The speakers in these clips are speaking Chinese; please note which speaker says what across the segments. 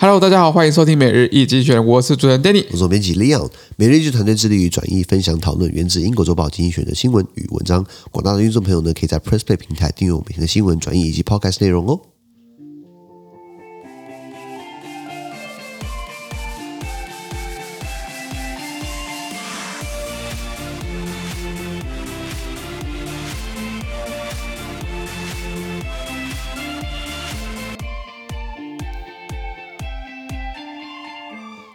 Speaker 1: Hello，大家好，欢迎收听每日一精选，我是主持人 Danny。
Speaker 2: 我是总编辑 Leon。每日一句团队致力于转译、分享、讨论源自英国周报精英选的新闻与文章。广大的听众朋友呢，可以在 Press Play 平台订阅我们每天的新闻转译以及 Podcast 内容哦。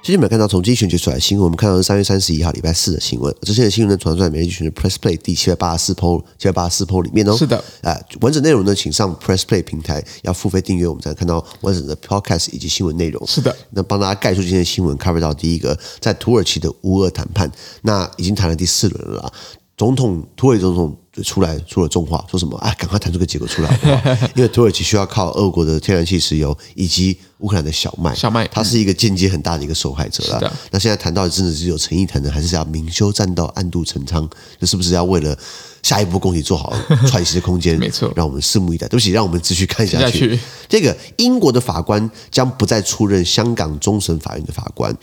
Speaker 2: 最近我们看到从精英选举出来的新闻，我们看到是三月三十一号礼拜四的新闻。这些的新闻呢，传在每日一句选的 Press Play 第七百八十四 p 七百八十四 p 里面哦。
Speaker 1: 是的，
Speaker 2: 啊，完整内容呢，请上 Press Play 平台要付费订阅，我们才能看到完整的 Podcast 以及新闻内容。
Speaker 1: 是的，
Speaker 2: 那帮大家概述今天的新闻，cover 到第一个，在土耳其的乌俄谈判，那已经谈了第四轮了啦。总统土耳其总统出来说了重话，说什么啊？赶快谈出个结果出来好不 好，因为土耳其需要靠俄国的天然气、石油以及乌克兰的小麦，
Speaker 1: 小麦
Speaker 2: 它是一个间接很大的一个受害者
Speaker 1: 是的
Speaker 2: 啦。那现在谈到底真的是有诚意谈呢，还是要明修栈道，暗度陈仓？就是不是要为了下一步供给做好喘息的空间？
Speaker 1: 没错
Speaker 2: 让我们拭目以待。对不起，让我们继续看下
Speaker 1: 下
Speaker 2: 去。
Speaker 1: 去
Speaker 2: 这个英国的法官将不再出任香港终审法院的法官，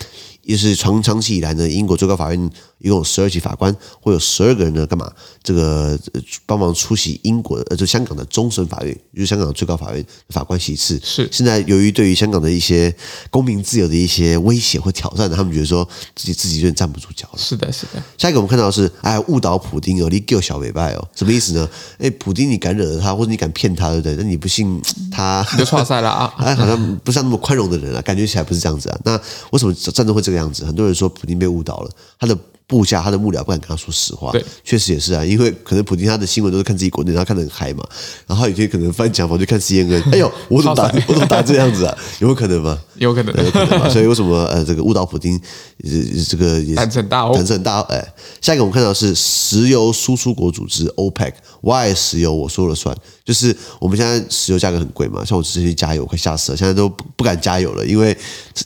Speaker 2: 也是长长期以来呢，英国最高法院一共有十二级法官，会有十二个人呢干嘛？这个呃帮忙出席英国的呃，就香港的终审法院，就是香港的最高法院的法官席次。
Speaker 1: 是
Speaker 2: 现在由于对于香港的一些公民自由的一些威胁或挑战，他们觉得说自己自己有点站不住脚了。
Speaker 1: 是的，是的，
Speaker 2: 下一个我们看到的是，哎，误导普丁哦，你给我小尾巴哦，什么意思呢？哎，普丁你敢惹了他，或者你敢骗他，对不对？那你不信 他，
Speaker 1: 你就错赛了啊！
Speaker 2: 哎，好像不像那么宽容的人啊，感觉起来不是这样子啊。那为什么战争会这个样子？很多人说普京被误导了，他的部下、他的幕僚不敢跟他说实话
Speaker 1: 对。
Speaker 2: 确实也是啊，因为可能普京他的新闻都是看自己国内，然后看得很嗨嘛，然后有些可能翻墙房去 看 CNN，哎呦，我怎么打
Speaker 1: 超惨
Speaker 2: 我怎么打这样子啊？有没有可能吗？
Speaker 1: 有可能
Speaker 2: 对有可能嘛？所以为什么呃，这个误导普京，呃这个也是
Speaker 1: 胆子很大哦
Speaker 2: 胆子很大哦。哎，下一个我们看到的是石油输出国组织 OPEC，Why 石油我说了算，就是我们现在石油价格很贵嘛，像我之前去加油，快吓死了，现在都不不敢加油了，因为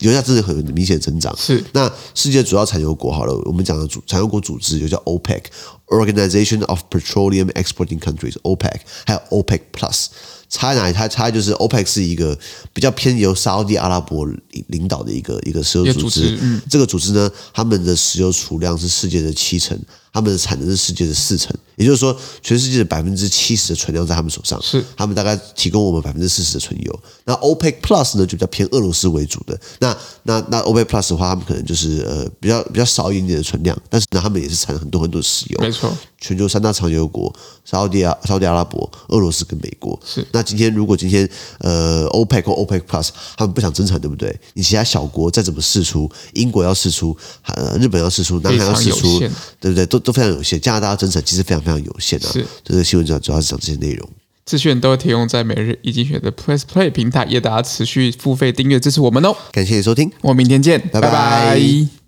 Speaker 2: 油价真的很明显增长。
Speaker 1: 是
Speaker 2: 那世界主要产油国好了，我们讲的主产油国组织就叫 OPEC。Organization of Petroleum Exporting Countries OPEC，还有 OPEC Plus，差在哪里？它差就是 OPEC 是一个比较偏由沙地阿拉伯领领导的一个一个石油
Speaker 1: 一个
Speaker 2: 组
Speaker 1: 组织嗯
Speaker 2: 织。这个组织呢，他们的石油储量是世界的七成，他们的产能是世界的四成，也就是说，全世界的百分之七十的存量在他们手上。
Speaker 1: 是
Speaker 2: 他们大概提供我们百分之四十的存油。那 OPEC Plus 呢，就比较偏俄罗斯为主的。那那那 OPEC Plus 的话，他们可能就是呃比较比较少一点点的存量，但是呢，他们也是产很多很多的石油。
Speaker 1: 没错，
Speaker 2: 全球三大产油国：沙特阿、沙特阿拉伯、俄罗斯跟美国。
Speaker 1: 是
Speaker 2: 那今天如果今天呃 OPEC 或 OPEC Plus 他们不想增产，对不对？你其他小国再怎么试出，英国要试出，呃，日本要试出，南韩要
Speaker 1: 非常
Speaker 2: 试
Speaker 1: 有
Speaker 2: 出
Speaker 1: 限，
Speaker 2: 对不对？都都非常有限。加拿大要增产其实非常非常有限啊。
Speaker 1: 是
Speaker 2: 这个新闻主要主要是讲这些内容。
Speaker 1: 资讯都提供在每日一精选的 Press Play 平台，也大家持续付费订阅支持我们哦。
Speaker 2: 感谢你收听。
Speaker 1: 我们明天见，
Speaker 2: 拜
Speaker 1: 拜
Speaker 2: 拜
Speaker 1: 拜